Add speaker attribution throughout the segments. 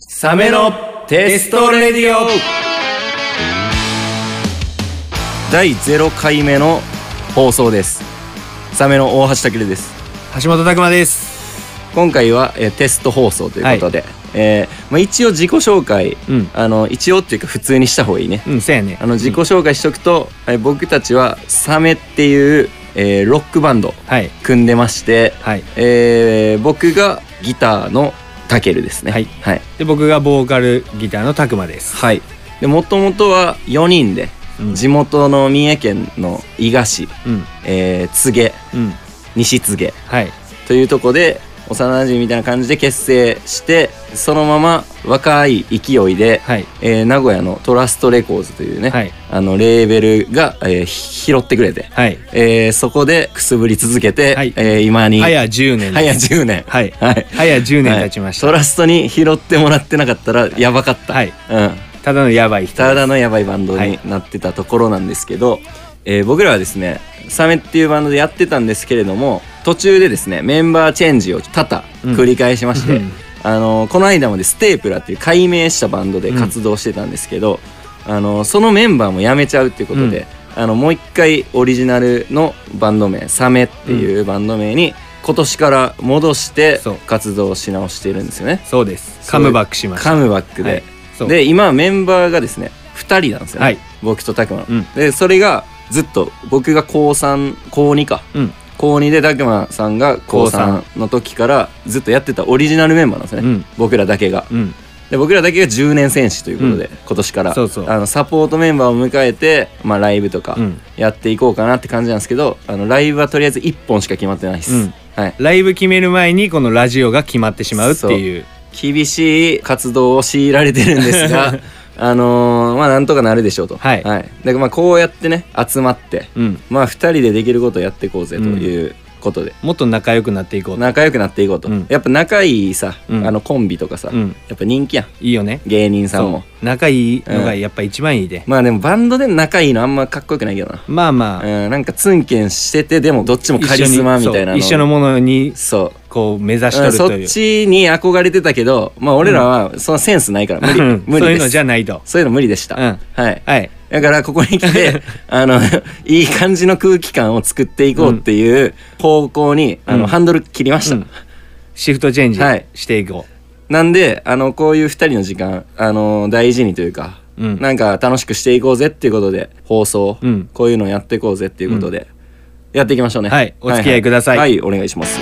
Speaker 1: サメのテストレディオ第0回目の放送ですサメの大橋健です
Speaker 2: 橋本拓馬です。
Speaker 1: 今回は、えーテスト放送ということで、えーまあ、一応自己紹介、
Speaker 2: うん
Speaker 1: あの一応っていうか普通にした方がいいね
Speaker 2: うん、そうやね。
Speaker 1: あの自己紹介しとくと、えー僕たちはサメっていう、えーロックバンド
Speaker 2: はい。
Speaker 1: 組んでまして、
Speaker 2: はい。
Speaker 1: えー僕がギターのタケルですね
Speaker 2: はい
Speaker 1: はい
Speaker 2: で、僕がボーカル、ギターの拓馬です。
Speaker 1: はい、でもともとは4人で、
Speaker 2: うん
Speaker 1: 地元の三重県の伊賀市、
Speaker 2: うん。
Speaker 1: えー、柘植
Speaker 2: うん。
Speaker 1: 西柘植
Speaker 2: はい。
Speaker 1: というとこで幼馴染みたいな感じで結成してそのまま若い勢いで、
Speaker 2: はい。
Speaker 1: えー名古屋のトラストレコーズというね、
Speaker 2: はい
Speaker 1: あのレーベルが、えー拾ってくれて、
Speaker 2: はい。
Speaker 1: えーそこでくすぶり続けて、
Speaker 2: はい
Speaker 1: えー今に
Speaker 2: 早10年。
Speaker 1: 早10年
Speaker 2: はい
Speaker 1: はい
Speaker 2: 早10年経ちました。
Speaker 1: はいトラストに拾ってもらってなかったらやばかった、
Speaker 2: はい。
Speaker 1: うん
Speaker 2: ただのやばい人。
Speaker 1: ただのやばいバンド
Speaker 2: は
Speaker 1: に
Speaker 2: い
Speaker 1: なってたところなんですけど、えー僕らはですねサメっていうバンドでやってたんですけれども途中でですねメンバーチェンジを多々
Speaker 2: うん
Speaker 1: 繰り返しまして、
Speaker 2: うん
Speaker 1: あのこの間までステープラっていう改名したバンドで活動してたんですけど、あのそのメンバーも辞めちゃうっていうことで、あのもう一回オリジナルのバンド名サメっていうバンド名に今年から戻して
Speaker 2: そう
Speaker 1: 活動し直しているんですよね。
Speaker 2: そうです。カムバックしました。
Speaker 1: カムバックで、
Speaker 2: はいそう
Speaker 1: で今メンバーがですね2人なんですよね、
Speaker 2: はい
Speaker 1: 僕と拓磨の、
Speaker 2: うん
Speaker 1: でそれがずっと僕が高3高2か
Speaker 2: うん。
Speaker 1: 高2で拓磨さんが高
Speaker 2: 高
Speaker 1: 3の時からずっとやってたオリジナルメンバーなんですね、
Speaker 2: うん
Speaker 1: 僕らだけが
Speaker 2: うん。
Speaker 1: で僕らだけが10年戦士ということで、
Speaker 2: う
Speaker 1: 今年から
Speaker 2: そうそう
Speaker 1: あのサポートメンバーを迎えて、まあ、ライブとか
Speaker 2: うん
Speaker 1: やっていこうかなって感じなんですけどあのライブはとりあえず1本しか決まってないです、
Speaker 2: うん
Speaker 1: はい、
Speaker 2: ライブ決める前に、このラジオが決まってしまうっていう。
Speaker 1: 厳しい活動を強いられてるんです があのーまあなんとかなるでしょうと
Speaker 2: はい
Speaker 1: だからまあこうやってね集まって
Speaker 2: うん。
Speaker 1: まあ2人でできることをやっていこうぜということで、
Speaker 2: もっと仲良くなっていこうと。
Speaker 1: 仲良くなっていこうと、
Speaker 2: うん
Speaker 1: やっぱ仲いいさ、
Speaker 2: うん
Speaker 1: あのコンビとかさ、
Speaker 2: うん。
Speaker 1: やっぱ人気やん
Speaker 2: いいよね。
Speaker 1: 芸人さんも
Speaker 2: そう。仲いいのがやっぱ一番いいで。
Speaker 1: まあでもバンドで仲いいのあんまかっこよくないけどな、
Speaker 2: まあまあ。
Speaker 1: うん、なんかツンケンしててでもどっちもカリスマみたい
Speaker 2: 一緒にそ
Speaker 1: な
Speaker 2: う一緒のものに
Speaker 1: そう
Speaker 2: こう目指し
Speaker 1: うん
Speaker 2: とる
Speaker 1: そ
Speaker 2: と
Speaker 1: っ
Speaker 2: いう、
Speaker 1: ちに憧れてたけどまあ俺らはそのセンスないから無理、
Speaker 2: うん
Speaker 1: 無理です
Speaker 2: そういうのじゃないと
Speaker 1: そういうの無理でした。
Speaker 2: うん
Speaker 1: はい。
Speaker 2: はい
Speaker 1: だからここに来 てあのいい感じの空気感を作っていこうっていう方向に、あ
Speaker 2: う
Speaker 1: の
Speaker 2: ん
Speaker 1: ハンドル切りました、
Speaker 2: うんシフトチェンジ
Speaker 1: はい
Speaker 2: していこ
Speaker 1: なんであのこういう2人の時間あの大事にというか、
Speaker 2: うん
Speaker 1: なんか楽しくしていこうぜっていうことで放送、
Speaker 2: うん
Speaker 1: こういうのやっていこうぜっていうことで、やっていきましょうね
Speaker 2: はいお付き合いください
Speaker 1: はい、はいお願いします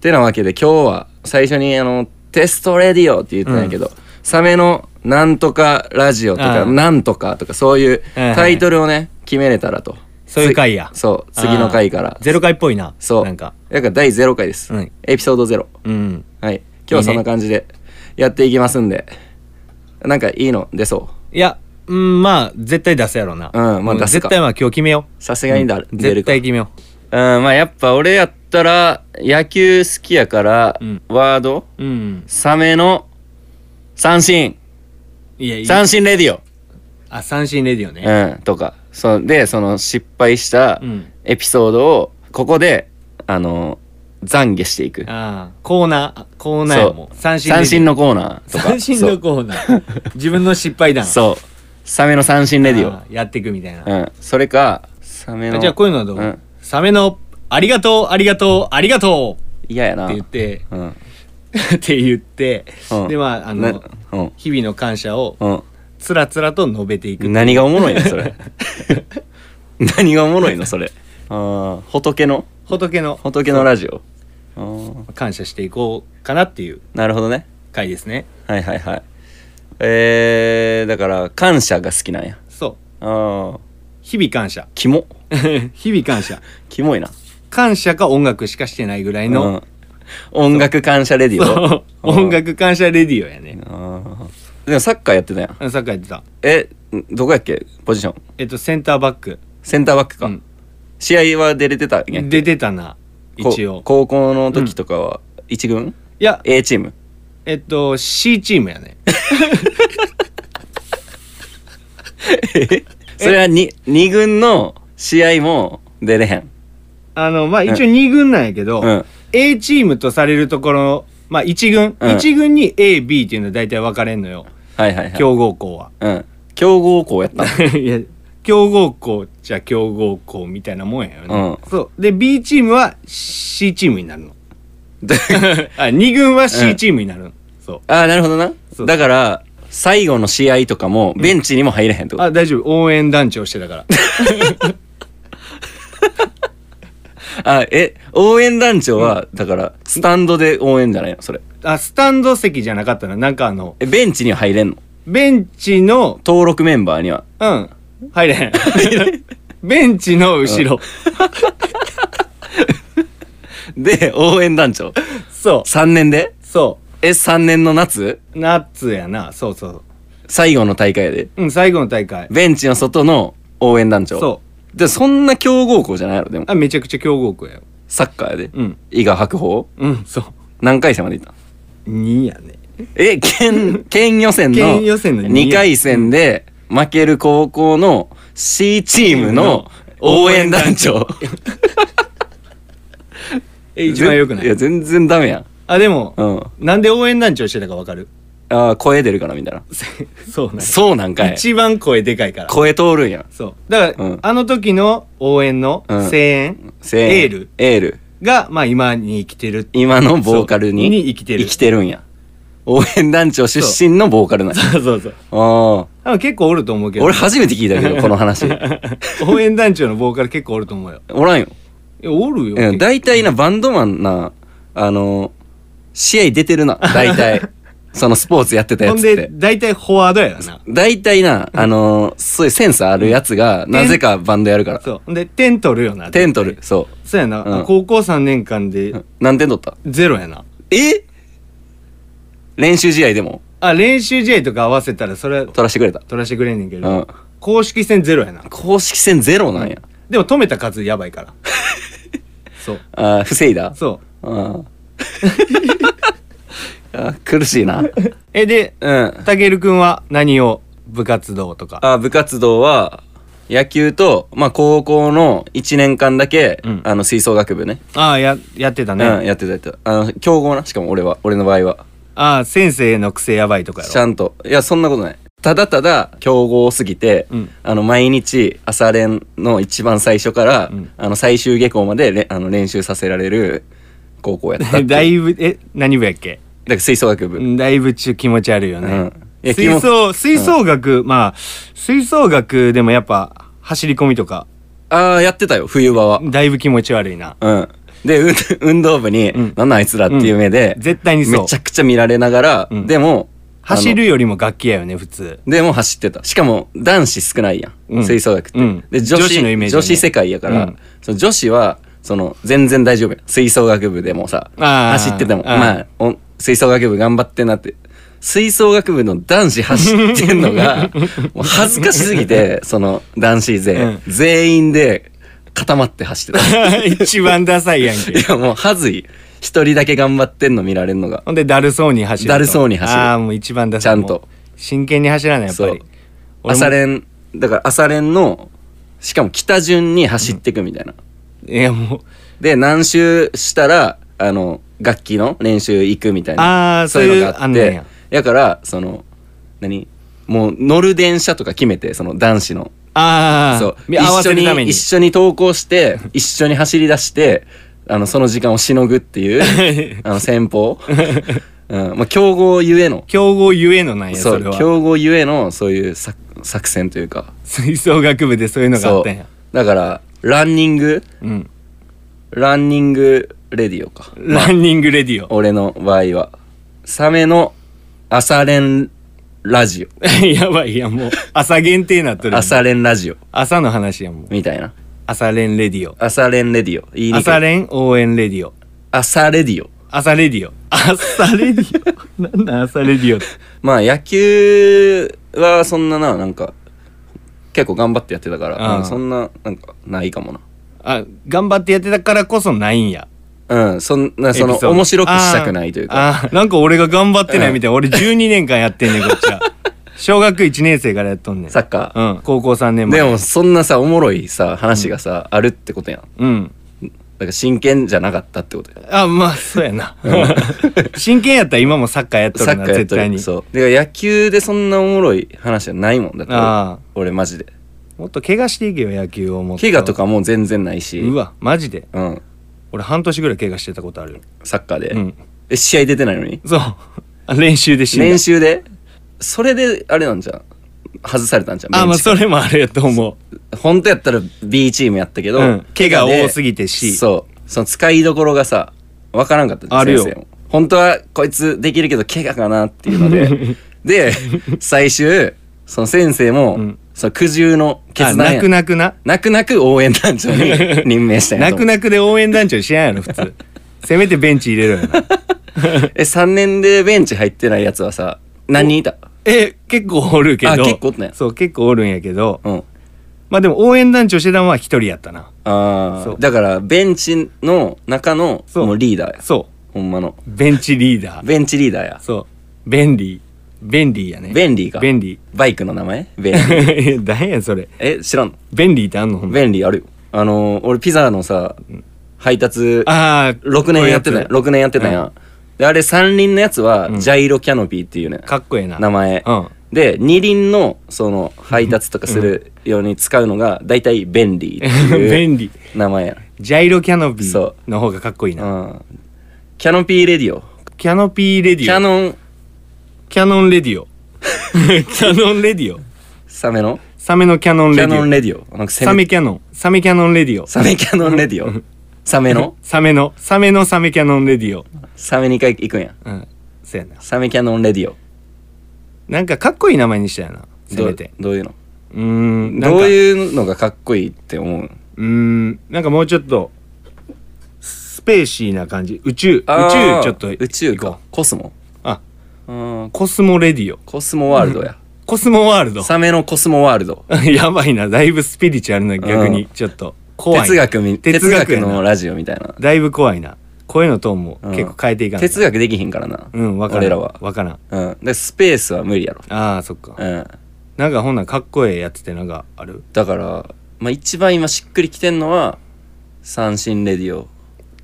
Speaker 1: てなわけで今日は最初にあのテストレディオって言ってたんやけど、サメのなんとかラジオとか
Speaker 2: うん
Speaker 1: なんとかとかそういう
Speaker 2: はいはい
Speaker 1: タイトルをね決めれたらと
Speaker 2: そういう回や
Speaker 1: つそう次の回から
Speaker 2: うゼロ回っぽいな
Speaker 1: そう
Speaker 2: なんか
Speaker 1: だから第0回です、
Speaker 2: うん
Speaker 1: エピソード0
Speaker 2: うん
Speaker 1: はい今日はそんな感じでやっていきますんでなんかいいの出そ
Speaker 2: いやうんまあ絶対出すやろうな
Speaker 1: うんまあ
Speaker 2: う
Speaker 1: 出す
Speaker 2: 絶
Speaker 1: か
Speaker 2: 対まあ今日決めよ
Speaker 1: うさす
Speaker 2: う
Speaker 1: がにだ、
Speaker 2: うん
Speaker 1: 出る
Speaker 2: 絶
Speaker 1: か
Speaker 2: 対決めよ
Speaker 1: うんまあやっぱ俺やったら野球好きやから、
Speaker 2: うん
Speaker 1: ワード
Speaker 2: ううん
Speaker 1: サメの三振
Speaker 2: いやいい
Speaker 1: 三振レディオ
Speaker 2: あ三振レディオね
Speaker 1: うん、とかそでその失敗した
Speaker 2: うん
Speaker 1: エピソードをここであの懺悔していく
Speaker 2: あーコーナーコーナーやもう三振レディオ
Speaker 1: 三振のコーナーとか
Speaker 2: 三振のコーナ ー自分の失敗談
Speaker 1: そうそうサメの三振レディ
Speaker 2: あーやっていくみたいな
Speaker 1: オ、うん、それかサメの
Speaker 2: じゃあこういうのはどう、
Speaker 1: うん
Speaker 2: サメの「ありがとうありがとうありがとう」
Speaker 1: 嫌やな
Speaker 2: って言って
Speaker 1: うん、
Speaker 2: って言って、
Speaker 1: うん
Speaker 2: でまああ
Speaker 1: な
Speaker 2: の
Speaker 1: うん
Speaker 2: 日々の感謝を
Speaker 1: うん
Speaker 2: つらつらと述べていく
Speaker 1: 何がおもろいの それ何がおもろいのそれああ仏の
Speaker 2: 仏の
Speaker 1: 仏のラジオあー
Speaker 2: 感謝していこうかなっていう
Speaker 1: なるほどね
Speaker 2: 回ですね
Speaker 1: はいはいはいえー、だから感謝が好きなんや
Speaker 2: そう
Speaker 1: ああ
Speaker 2: 日々感謝
Speaker 1: キモ
Speaker 2: 日々感謝
Speaker 1: キモいな
Speaker 2: 感謝か音楽しかしてないぐらいの、
Speaker 1: うん、音楽感謝レディ
Speaker 2: そう
Speaker 1: オ
Speaker 2: 音楽感謝レディオやね、
Speaker 1: あーでもサッカーやってたやん
Speaker 2: あのさっき言ってた
Speaker 1: えどこやっけポジション
Speaker 2: えっとセンターバック、
Speaker 1: センターバックか、
Speaker 2: うん
Speaker 1: 試合は出れてたんやっけ
Speaker 2: 出てたな
Speaker 1: こ
Speaker 2: 一応
Speaker 1: 高校の時とかは一軍、
Speaker 2: いや
Speaker 1: A チーム
Speaker 2: えっと C チームやね
Speaker 1: それは 2, 二軍の試合も出れへん
Speaker 2: あの、まあ、一応2軍なんやけど、
Speaker 1: うん
Speaker 2: A チームとされるところの、まあ、1軍、
Speaker 1: うん
Speaker 2: 一軍に A、B っていうのは大体分かれんのよ。
Speaker 1: はいはいはい。
Speaker 2: 強豪校 は。
Speaker 1: うん。強豪校やった。
Speaker 2: いや、強豪校じゃ強豪校みたいなもんやよね。
Speaker 1: う
Speaker 2: そう。で、B チームは C チームになるの。 あ、2軍は C チームになるの。そう。
Speaker 1: ああ、なるほどな
Speaker 2: そう。
Speaker 1: だから、最後の試合とかも、ベンチにも入れへんってこと。
Speaker 2: あ、大丈夫。応援団長してたから。
Speaker 1: あ、え、応援団長は、だから、スタンドで応援じゃないのそれ。
Speaker 2: あ、スタンド席じゃなかったな。なんかあの、
Speaker 1: え、ベンチには入れんの
Speaker 2: ベンチの、
Speaker 1: 登録メンバーには。
Speaker 2: うん、入れ へん。ベンチの後ろ。
Speaker 1: で、応援団長。
Speaker 2: そ
Speaker 1: 3年で
Speaker 2: う、そ
Speaker 1: え、3年の夏
Speaker 2: う。ナッツやな。そうそう。
Speaker 1: 最後の大会やで。
Speaker 2: うん、最後の大会。
Speaker 1: ベンチの外の応援団長。。
Speaker 2: そう
Speaker 1: で、そんな強豪校じゃないのでも
Speaker 2: う。。あ、めちゃくちゃ強豪校やよ。
Speaker 1: サッカーやで。
Speaker 2: うん。
Speaker 1: 伊賀白鵬
Speaker 2: うん、そう。
Speaker 1: 何回戦までいった
Speaker 2: 2やね。
Speaker 1: え、県、県予選の。
Speaker 2: 県予選の二
Speaker 1: 2回戦で負ける高校の C チームの応援団長。
Speaker 2: え、一番良くない
Speaker 1: いや、全然ダメやん。
Speaker 2: あ、でも、
Speaker 1: うん。あ
Speaker 2: なんで応援団長してたかわかる
Speaker 1: あー、声出るからみたいな。
Speaker 2: そうなんや
Speaker 1: そうなんかい。
Speaker 2: 一番声でかいから。
Speaker 1: 声通るんや。
Speaker 2: そう。だから、
Speaker 1: うん
Speaker 2: あの時の応援の
Speaker 1: うん
Speaker 2: 声援、
Speaker 1: せーの
Speaker 2: エール
Speaker 1: エール。
Speaker 2: が、まあ今に生きてるっていう
Speaker 1: 今のボーカルに
Speaker 2: そうに生きてる
Speaker 1: 生きてるんや。応援団長出身のボーカルなんや。
Speaker 2: そうそうそう。
Speaker 1: あ
Speaker 2: 多分結構おると思うけ
Speaker 1: あ。
Speaker 2: ど。
Speaker 1: 俺初めて聞いた けど、この話。
Speaker 2: 応援団長のボーカル結構おると思うよ。
Speaker 1: おらんよ。
Speaker 2: いや、おるよ。
Speaker 1: うん、大体な、バンドマンな、あの、試合出てるな、大 体。そのスポーツやってたや
Speaker 2: ほ
Speaker 1: つ
Speaker 2: ん
Speaker 1: っ
Speaker 2: で
Speaker 1: て、。
Speaker 2: 大体フォワードやよな。
Speaker 1: 大体な、あの、そういうセンスあるやつが、なぜかバンドやるから。
Speaker 2: そう。ほんで、点取るよな。
Speaker 1: 点取る。。そ
Speaker 2: そうやな。
Speaker 1: うん
Speaker 2: 高校3年間
Speaker 1: う
Speaker 2: で。
Speaker 1: 何点取った
Speaker 2: ゼロやな。
Speaker 1: え練習試合でも
Speaker 2: あ、練習試合とか合わせたら、それは
Speaker 1: 取らせてくれた。
Speaker 2: 取らせてくれんねんけ
Speaker 1: う
Speaker 2: ど、
Speaker 1: ん。
Speaker 2: 公式戦ゼロやな。
Speaker 1: 公式戦ゼロなんや。
Speaker 2: でも止めた数やばい から。そう。
Speaker 1: あー防いだ
Speaker 2: そう。
Speaker 1: うん。 あ苦しいな。
Speaker 2: え、で、
Speaker 1: うん。
Speaker 2: たけるくんは何を部活動とか。
Speaker 1: あ部活動は、野球と、まあ、高校の1年間だけ、
Speaker 2: うん
Speaker 1: あの、吹奏楽部ね。
Speaker 2: ああ、や、やってたね。
Speaker 1: うん、やってたやってた。あの、強豪な、しかも俺は、俺の場合は。
Speaker 2: ああ、先生の癖やばいとかや
Speaker 1: ちゃ
Speaker 2: ろ。
Speaker 1: んと。いや、そんなことない。ただただ、強豪すぎて、
Speaker 2: うん
Speaker 1: あの、毎日、朝練の一番最初から、
Speaker 2: うん
Speaker 1: あの、最終下校までれあの練習させられる高校やったっていう。
Speaker 2: だいぶ、え、何部やっけ
Speaker 1: だから吹奏楽部。
Speaker 2: だいぶちゅ気持ち悪いよね
Speaker 1: うん。いや気
Speaker 2: 吹
Speaker 1: 持ち
Speaker 2: 奏、吹奏楽、まあ、吹奏楽でもやっぱ、走り込みとか、
Speaker 1: ああ、やってたよ、冬場は。
Speaker 2: だいぶ気持ち悪いな。
Speaker 1: うん。 で、運運動部に、
Speaker 2: うん
Speaker 1: なんなんあいつらっていう目で、
Speaker 2: 絶対にそう
Speaker 1: めちゃくちゃ見られながら、
Speaker 2: うん
Speaker 1: でも、
Speaker 2: 走
Speaker 1: あの
Speaker 2: るよりも楽器やよね、普通。
Speaker 1: でも走ってた。しかも、男子少ないやん。
Speaker 2: うん
Speaker 1: 吹奏楽って。
Speaker 2: うん
Speaker 1: で、女子、
Speaker 2: 女子のイメージだね
Speaker 1: 女子世界やから、
Speaker 2: うん
Speaker 1: その女子は、その、全然大丈夫やん。吹奏楽部でもさ、
Speaker 2: あー
Speaker 1: 走ってても、
Speaker 2: あー
Speaker 1: まあ、お吹奏楽部頑張ってんなって。吹奏楽部の男子走ってん のが、もう恥ずかしすぎて、その男子勢、
Speaker 2: うん
Speaker 1: 全員で固まって走ってた。
Speaker 2: 一番ダサいやん
Speaker 1: い
Speaker 2: け。
Speaker 1: やもうはずい一人だけ頑張ってんの見られんのが
Speaker 2: ほんで、だるそうに走ると。
Speaker 1: だるそうに走る
Speaker 2: ああ、もう一番ダサい。
Speaker 1: ちゃんと
Speaker 2: もう。真剣に走らない、やっぱり
Speaker 1: そう。
Speaker 2: 俺も
Speaker 1: 朝。練だから朝練のしかも北順に走ってくみたいな、
Speaker 2: いや、もう、
Speaker 1: で何周したらあの楽器の練習行くみたいな
Speaker 2: あーそういうあんねんや
Speaker 1: やからその何もう乗る電車とか決めてその男子の
Speaker 2: ああ、
Speaker 1: そう
Speaker 2: み合わせるために
Speaker 1: 一。緒に一緒に登校して 一緒に走り出してあのその時間をしのぐっ ていうあの戦法、うんまあ、強豪ゆえの
Speaker 2: 競合ゆえのなんや、
Speaker 1: そ
Speaker 2: そうれは。
Speaker 1: 強豪ゆえのそういう作作戦というか
Speaker 2: 吹奏楽部でそういうのがあ
Speaker 1: そ
Speaker 2: ったんや
Speaker 1: う。だからランニング
Speaker 2: うん。
Speaker 1: ランニングレディオか、まあ
Speaker 2: ランニングレディオ。
Speaker 1: 俺の場合はサメの朝練ラジ
Speaker 2: やばいやんもう朝限定なっと
Speaker 1: オ
Speaker 2: る
Speaker 1: 朝練ラジオ
Speaker 2: 朝の話やんもう
Speaker 1: みたいな
Speaker 2: 朝練レディオ
Speaker 1: 朝練レディオ言いにくい
Speaker 2: 朝練応援レディオ
Speaker 1: 朝レディオ
Speaker 2: 朝レ ディオ朝レディオなんだ朝レディオって
Speaker 1: まあ野球はそんなななんか結構頑張ってやってたから、
Speaker 2: うん
Speaker 1: うんそんななんかないかもな
Speaker 2: あ頑張ってやってたからこそないんや
Speaker 1: うんそんなそ
Speaker 2: エ
Speaker 1: の
Speaker 2: ピソード
Speaker 1: 面白くしたくないというか
Speaker 2: あーあーなんか俺が頑張ってないみたいな、俺12年間やってんねんこっち は小学1年生からやっとんねん
Speaker 1: サッカー
Speaker 2: うん高校3年ま
Speaker 1: で
Speaker 2: で
Speaker 1: もそんなさおもろいさ話がさ、あるってことやん
Speaker 2: うん
Speaker 1: から真剣じゃなかったってことだよ
Speaker 2: あまあそうやな真剣やったら今もサッカーやっと
Speaker 1: サ
Speaker 2: る
Speaker 1: ッ
Speaker 2: な
Speaker 1: カーやっ
Speaker 2: 絶
Speaker 1: とる
Speaker 2: 対に
Speaker 1: そうだから野球でそんなおもろい話はないもんだって
Speaker 2: あ
Speaker 1: 俺マジで
Speaker 2: もっと怪我していけよ野球をもっと
Speaker 1: 怪我とかも全然ないし
Speaker 2: うわマジで
Speaker 1: うん
Speaker 2: 俺半年ぐらい怪我してたことあるよ
Speaker 1: サッカーで、
Speaker 2: うん
Speaker 1: え試合出てないのに
Speaker 2: そう練習で死んだ
Speaker 1: 練習でそれであれなんじゃん外されたんじゃん
Speaker 2: あま
Speaker 1: ベ
Speaker 2: あ
Speaker 1: ンチか
Speaker 2: それもあれやと思
Speaker 1: ら本当やったら B チームやったけど、
Speaker 2: うん怪我
Speaker 1: で
Speaker 2: 多すぎて C
Speaker 1: そうその使いどころがさ分からんかったんです
Speaker 2: あるよ
Speaker 1: 先生も本当はこいつできるけど怪我かなっていう のでで最終その先生も、
Speaker 2: うん
Speaker 1: その苦渋の
Speaker 2: うあ
Speaker 1: 決断
Speaker 2: 泣
Speaker 1: や
Speaker 2: く泣くな
Speaker 1: 泣く泣く応援団長 に任命したんや
Speaker 2: 泣
Speaker 1: と
Speaker 2: く
Speaker 1: 思う
Speaker 2: 泣くで応援団長知らんやろ普 通せめてベンチ入れろよな
Speaker 1: え3年でベンチ入ってないやつはさ何人いた
Speaker 2: え結構おるけど
Speaker 1: あ結構おったんや
Speaker 2: そう結構おるんやけど
Speaker 1: うん
Speaker 2: まあでも応援団長してたのは一人やったな
Speaker 1: あ
Speaker 2: そう
Speaker 1: あだからベンチの中の
Speaker 2: そう
Speaker 1: もうリーダーや
Speaker 2: そ
Speaker 1: ほんまの
Speaker 2: うベンチリーダー
Speaker 1: ベンチリーダーや
Speaker 2: そうベンリーベンリーやね
Speaker 1: ベンリーか
Speaker 2: ベンリ
Speaker 1: バイクの名前ベン リー
Speaker 2: ー誰やそれ
Speaker 1: え知らんの
Speaker 2: ベンリーってあんのほんま
Speaker 1: 便利あるよあのー俺ピザのさ配達
Speaker 2: ああ
Speaker 1: 6年やっ
Speaker 2: こ
Speaker 1: てた
Speaker 2: う
Speaker 1: や
Speaker 2: い
Speaker 1: ん
Speaker 2: う
Speaker 1: 6年やってたやん、であれ3輪のやつは、ジャイロキャノピーっていうね
Speaker 2: つかっこええな
Speaker 1: 名前、
Speaker 2: うん
Speaker 1: で2輪のその配達とかするように使うのが大体便利ってい う
Speaker 2: 便利
Speaker 1: 名前や、
Speaker 2: ジャイロキャノピー
Speaker 1: そ
Speaker 2: の方がかっこいいうな、
Speaker 1: ん、キャノピーレディオ
Speaker 2: キャノピーレデ
Speaker 1: キャ
Speaker 2: ィオ
Speaker 1: ノン
Speaker 2: キャノンレ ディオキャノンレディオ
Speaker 1: サメの
Speaker 2: サメのキャノン
Speaker 1: キ
Speaker 2: レ
Speaker 1: ャ
Speaker 2: デ
Speaker 1: ノン
Speaker 2: ィ
Speaker 1: レディオな
Speaker 2: オ
Speaker 1: んか攻
Speaker 2: サ
Speaker 1: め
Speaker 2: メキャノンサメキャノンレディオ
Speaker 1: サメキャノンレデ ィオサメの
Speaker 2: サメのサメのサメキャノンレディオ
Speaker 1: サメ2回行くんや
Speaker 2: うんそうやな
Speaker 1: サメキャノンレディオ
Speaker 2: なんかかっこいい名前にしたやなせ
Speaker 1: ど
Speaker 2: め
Speaker 1: う
Speaker 2: て
Speaker 1: どういうの
Speaker 2: うーんなん
Speaker 1: ど
Speaker 2: か
Speaker 1: ういうのがかっこいいって思う
Speaker 2: うーんなんかもうちょっとスペーシーな感じ宇宙宇
Speaker 1: あ
Speaker 2: 宙
Speaker 1: ー
Speaker 2: ちょっと
Speaker 1: 宇宙
Speaker 2: 行
Speaker 1: か
Speaker 2: こう
Speaker 1: コスモ
Speaker 2: あ
Speaker 1: うん
Speaker 2: コスモレディオ
Speaker 1: コスモワールドや
Speaker 2: コスモワールド
Speaker 1: サメのコスモワールド
Speaker 2: やばいなだいぶスピリチュアルな逆
Speaker 1: う
Speaker 2: に
Speaker 1: ん
Speaker 2: ちょっと怖い
Speaker 1: 哲学み哲
Speaker 2: 哲学
Speaker 1: 学
Speaker 2: やな
Speaker 1: のラジオみたいな
Speaker 2: だいぶ怖いな声のトーンも
Speaker 1: うん
Speaker 2: 結構変えていかない
Speaker 1: 哲学できひんからな
Speaker 2: うん分からん
Speaker 1: 俺らは
Speaker 2: 分からん
Speaker 1: うんでスペースは無理やろ
Speaker 2: あーそっか
Speaker 1: うん
Speaker 2: なんかほんなんかっこええやつってなんかある
Speaker 1: だからまあ一番今しっくりきてんのは三振レディオ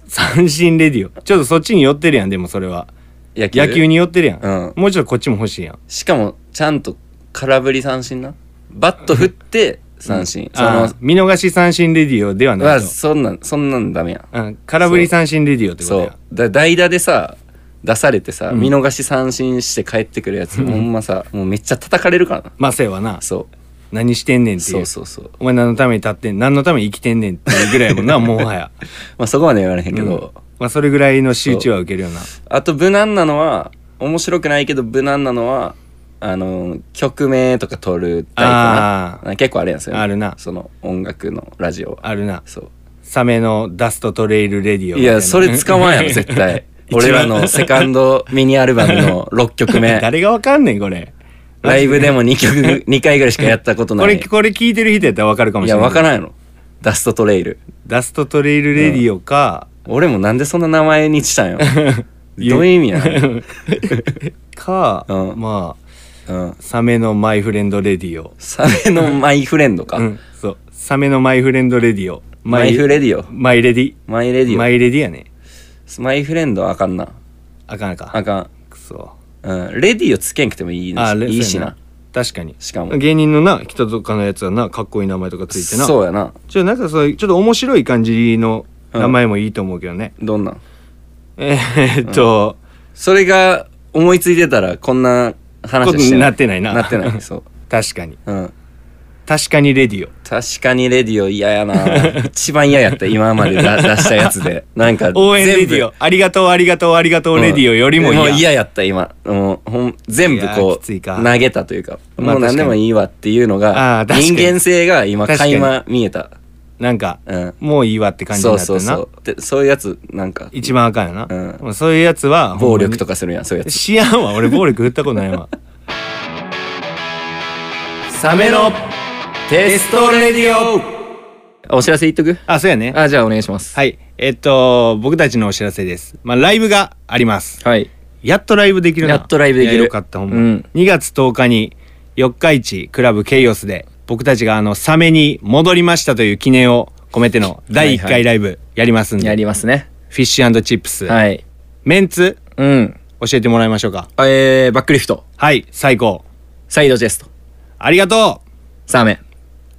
Speaker 2: 三振レディオちょっとそっちに寄ってるやんでもそれは
Speaker 1: 野球
Speaker 2: 野球に寄ってるやん、
Speaker 1: うん
Speaker 2: もうちょっとこっちも欲しいやん
Speaker 1: しかもちゃんと空振り三振なバット振って三振そ
Speaker 2: あー
Speaker 1: の
Speaker 2: 見逃し三振レディオではな
Speaker 1: ま
Speaker 2: い
Speaker 1: あ
Speaker 2: と、
Speaker 1: そんなんそんなんダメやん
Speaker 2: うん、空振り三振レディオってこと
Speaker 1: そ
Speaker 2: や
Speaker 1: うだ代打でさ出されてさ、
Speaker 2: うん
Speaker 1: 見逃し三振して帰ってくるやつ、ほんまさもうめっちゃ叩かれるからな
Speaker 2: まあせやわな
Speaker 1: そ
Speaker 2: 何してんねん
Speaker 1: う
Speaker 2: ってい
Speaker 1: そううそうそう
Speaker 2: お前何のために立ってん何のために生きてんねんっていうぐらいやもんなもは や
Speaker 1: まあそこまで言われへんけ
Speaker 2: う
Speaker 1: ど、
Speaker 2: んまあそれぐらいの周知は受けるよな
Speaker 1: あと無難なのは面白くないけど無難なのはあの曲名とか取るタイプ
Speaker 2: あ
Speaker 1: な結構あれやんすよ、
Speaker 2: あるな
Speaker 1: その音楽のラジオは
Speaker 2: あるな
Speaker 1: そ
Speaker 2: サメのダストトレイルレディオ
Speaker 1: う
Speaker 2: み
Speaker 1: い
Speaker 2: たな
Speaker 1: やそれ捕まんやろ絶対
Speaker 2: 一番
Speaker 1: 俺らのセカンドミニアルバムの6曲目
Speaker 2: 誰がわかんねんこれ
Speaker 1: ライブでも2曲2回ぐらいしかやったこと
Speaker 2: こ
Speaker 1: な
Speaker 2: れ
Speaker 1: い
Speaker 2: これ聞いてる人やったらわかるかも
Speaker 1: い
Speaker 2: しれ
Speaker 1: や
Speaker 2: ない
Speaker 1: わからんやろダストトレイル
Speaker 2: ダストトレイルレディオか、
Speaker 1: 俺もなんでそんな名前にし たんよどういう意味なの、
Speaker 2: か、
Speaker 1: うん
Speaker 2: まあ
Speaker 1: うん、
Speaker 2: サメのマイフレンドレディオ、
Speaker 1: サメのマイフレンドか、
Speaker 2: うん、そうサメのマイフレンドレディオ
Speaker 1: マイフレディオ
Speaker 2: マイレディ
Speaker 1: マイレディオ
Speaker 2: マ
Speaker 1: マイ
Speaker 2: イレディやね
Speaker 1: フレンドはあかんな
Speaker 2: あかんあかん
Speaker 1: あか
Speaker 2: くそ
Speaker 1: ん、うん、レディオつけんくてもいいな
Speaker 2: あレ
Speaker 1: いいし
Speaker 2: そうや
Speaker 1: な
Speaker 2: 確かに
Speaker 1: しかも
Speaker 2: 芸人のな人とかのやつはなかっこいい名前とかついてな
Speaker 1: そうやな
Speaker 2: ちょっとなんかそういうちょっと面白い感じの名前もいいと思うけどね、
Speaker 1: どんなん
Speaker 2: えーっと、
Speaker 1: それが思いついてたらこんな話は
Speaker 2: こ
Speaker 1: して
Speaker 2: とになってないな
Speaker 1: なってないそう、
Speaker 2: 確かに
Speaker 1: うん、
Speaker 2: 確かにレディオ
Speaker 1: 確かにレディオ嫌やな一番嫌やった今まで出出したやつでなんか
Speaker 2: 応援レ
Speaker 1: 全部
Speaker 2: ディオありがとうありがとうありがとうレディオよりもいいや、
Speaker 1: うん嫌やった今もうほん全部
Speaker 2: いやー
Speaker 1: こ
Speaker 2: きつ
Speaker 1: う
Speaker 2: いか
Speaker 1: 投げたというか
Speaker 2: まあ
Speaker 1: もう何でもいいわっていうの
Speaker 2: あ
Speaker 1: が
Speaker 2: ー確か
Speaker 1: 人
Speaker 2: に
Speaker 1: 間性が今
Speaker 2: 確かに
Speaker 1: 垣間見えた
Speaker 2: なんか、
Speaker 1: うん
Speaker 2: もういいわって感じに
Speaker 1: そ
Speaker 2: な
Speaker 1: う
Speaker 2: って
Speaker 1: そ
Speaker 2: る
Speaker 1: う
Speaker 2: な
Speaker 1: そうでそういうやつなんか
Speaker 2: 一番あかんよな、
Speaker 1: うん
Speaker 2: もうそういうやつは
Speaker 1: 暴力と
Speaker 2: か
Speaker 1: かするやんそういうやつ
Speaker 2: 知らんわ俺暴力振ったことないわ
Speaker 1: サメのテストレディオお知らせ言っとく
Speaker 2: あそうやね
Speaker 1: あじゃあお願いします
Speaker 2: はいえっと僕たちのお知らせですまあライブがあります
Speaker 1: はい
Speaker 2: やっとライブできるな
Speaker 1: やっとライブできる
Speaker 2: いやよかったほんま、
Speaker 1: うん
Speaker 2: 2月10日に四日市クラブケイオスで僕たちがあのサメに戻りましたという記念を込めての第1回ライブやりますんで、
Speaker 1: やりますね。
Speaker 2: フィッシュチップス、
Speaker 1: はい。
Speaker 2: メンツ
Speaker 1: うん。
Speaker 2: 教えてもらいましょうか
Speaker 1: えー、バックリフト、
Speaker 2: はい最高
Speaker 1: サイドチェスト、
Speaker 2: ありがとう
Speaker 1: サーメン、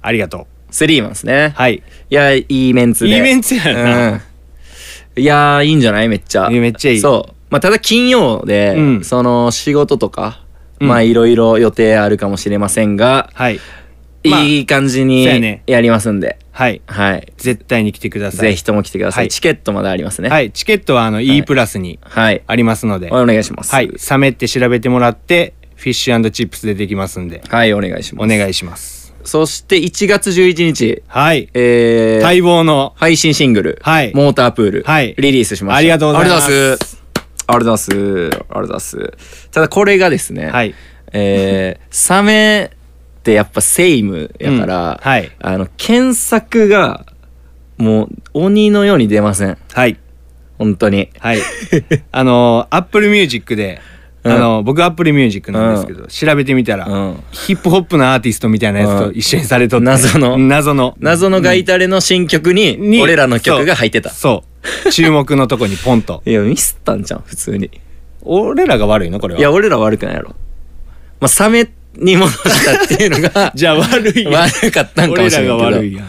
Speaker 2: ありがとう
Speaker 1: スリーマンですね。
Speaker 2: はい
Speaker 1: いや、いいメンツで。
Speaker 2: いいメンツやな、
Speaker 1: うん、いやーいいんじゃないめっちゃ
Speaker 2: いやめっちゃいい
Speaker 1: そう、まあ、ただ金曜で、
Speaker 2: うん
Speaker 1: その仕事とか、
Speaker 2: うん
Speaker 1: まあいろいろ予定あるかもしれませんが、
Speaker 2: はいまあ
Speaker 1: いい感じ
Speaker 2: そうやね
Speaker 1: にやりますんで、
Speaker 2: はい
Speaker 1: はい
Speaker 2: 絶対に来てください
Speaker 1: ぜひとも来てください、
Speaker 2: はい
Speaker 1: チケットまだありますね
Speaker 2: はいチケットはあの E プラスに
Speaker 1: はい、
Speaker 2: ありますので、
Speaker 1: お願いします
Speaker 2: はい、サメって調べてもらってフィッシュチップス出てきますんで
Speaker 1: はいお願いしま
Speaker 2: お
Speaker 1: す
Speaker 2: 願いします
Speaker 1: そして1月11日
Speaker 2: はい
Speaker 1: えー
Speaker 2: 待望の
Speaker 1: 配信シングル、
Speaker 2: はい
Speaker 1: モータープール、
Speaker 2: はい
Speaker 1: リリースしました。
Speaker 2: ありがとうございます
Speaker 1: ありがとうございます。ありがとうございます。ありがとうございます。ただこれがですね、
Speaker 2: はい
Speaker 1: えー、サメってやっぱセイムやから、
Speaker 2: うんはい
Speaker 1: あの、検索がもう鬼のように出ません。
Speaker 2: はい
Speaker 1: 本当に。
Speaker 2: はいあのアップルミュージックであの、僕アップルミュージックなんですけど、調べてみたら、
Speaker 1: うん
Speaker 2: ヒップホップのアーティストみたいなやつと一緒にされとって、
Speaker 1: うん謎の
Speaker 2: 謎の
Speaker 1: 謎のガイタレの新曲に
Speaker 2: に
Speaker 1: 俺らの曲が入ってた。
Speaker 2: そうそう注目のとこにポン と
Speaker 1: いや、ミスったんじゃん、普通に。
Speaker 2: 俺らが悪いのこれはい
Speaker 1: や、俺ら悪くないやろ。まあ、サメに戻したっていうの
Speaker 2: 、
Speaker 1: が
Speaker 2: じゃあ悪いやん
Speaker 1: 悪かったんかも
Speaker 2: 俺
Speaker 1: しれ
Speaker 2: ら
Speaker 1: んけど
Speaker 2: が悪いやん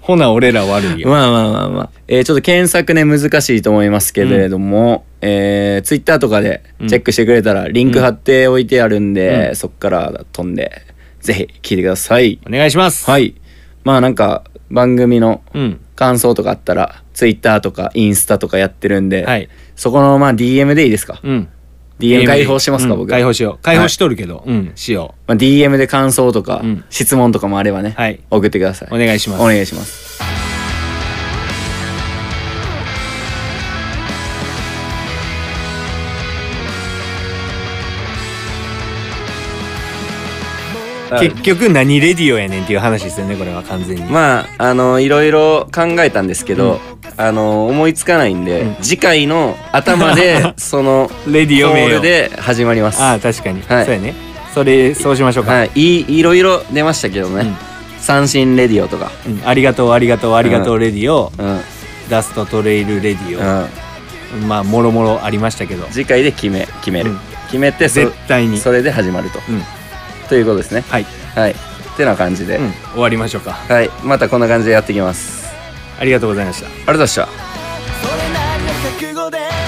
Speaker 2: ほな俺ら悪いやん
Speaker 1: まあまあまあまあ、えーちょっと検索ね難しいと思いますけれども、えツイッター Twitter とかでチェックしてくれたらリンク貼っておいてあるんで、
Speaker 2: うん
Speaker 1: そっから飛んでぜひ聞いてください、
Speaker 2: お願いします
Speaker 1: はいいまあなんか番組の
Speaker 2: うん
Speaker 1: 感想とかあったらツイッターとかインスタとかやってるんで、
Speaker 2: はい
Speaker 1: そこのまあ DM でいいですか、
Speaker 2: うん
Speaker 1: DM 解放しますか、
Speaker 2: うん
Speaker 1: 僕
Speaker 2: 解放しよう解放しとるけど、うんしよ
Speaker 1: まあ、DM で感想とか、
Speaker 2: うん
Speaker 1: 質問とかもあればね、
Speaker 2: はい
Speaker 1: 送ってください
Speaker 2: お願いします
Speaker 1: お願いします
Speaker 2: う結局何レディオやねんっていう話ですよねこれは完全に、
Speaker 1: まああのいろいろ考えたんですけど、あの思いつかないんで、
Speaker 2: うん
Speaker 1: 次回の頭 でその
Speaker 2: レデ
Speaker 1: コ
Speaker 2: ィオ名
Speaker 1: ー
Speaker 2: よ
Speaker 1: ルで始まります。
Speaker 2: ああ確かに、
Speaker 1: はい
Speaker 2: そうやねそれそうしましょうか、
Speaker 1: はい、いいろいろ出ましたけどね、三振レディオとか、
Speaker 2: うんありがとうありがとうありがとうレディオ、
Speaker 1: うん
Speaker 2: ダストトレイルレディオ、
Speaker 1: うん、
Speaker 2: まあもろもろありましたけど
Speaker 1: 次回で決め決める、
Speaker 2: うん
Speaker 1: 決めてそ
Speaker 2: 絶対に
Speaker 1: それで始まると、
Speaker 2: うん
Speaker 1: ということですね。
Speaker 2: はい、
Speaker 1: はい、ってな感じで、
Speaker 2: うん、終わりましょうか
Speaker 1: はい、またこんな感じでやっていきます。
Speaker 2: ありがとうございました
Speaker 1: ありがとうございました。
Speaker 3: それなりの覚悟で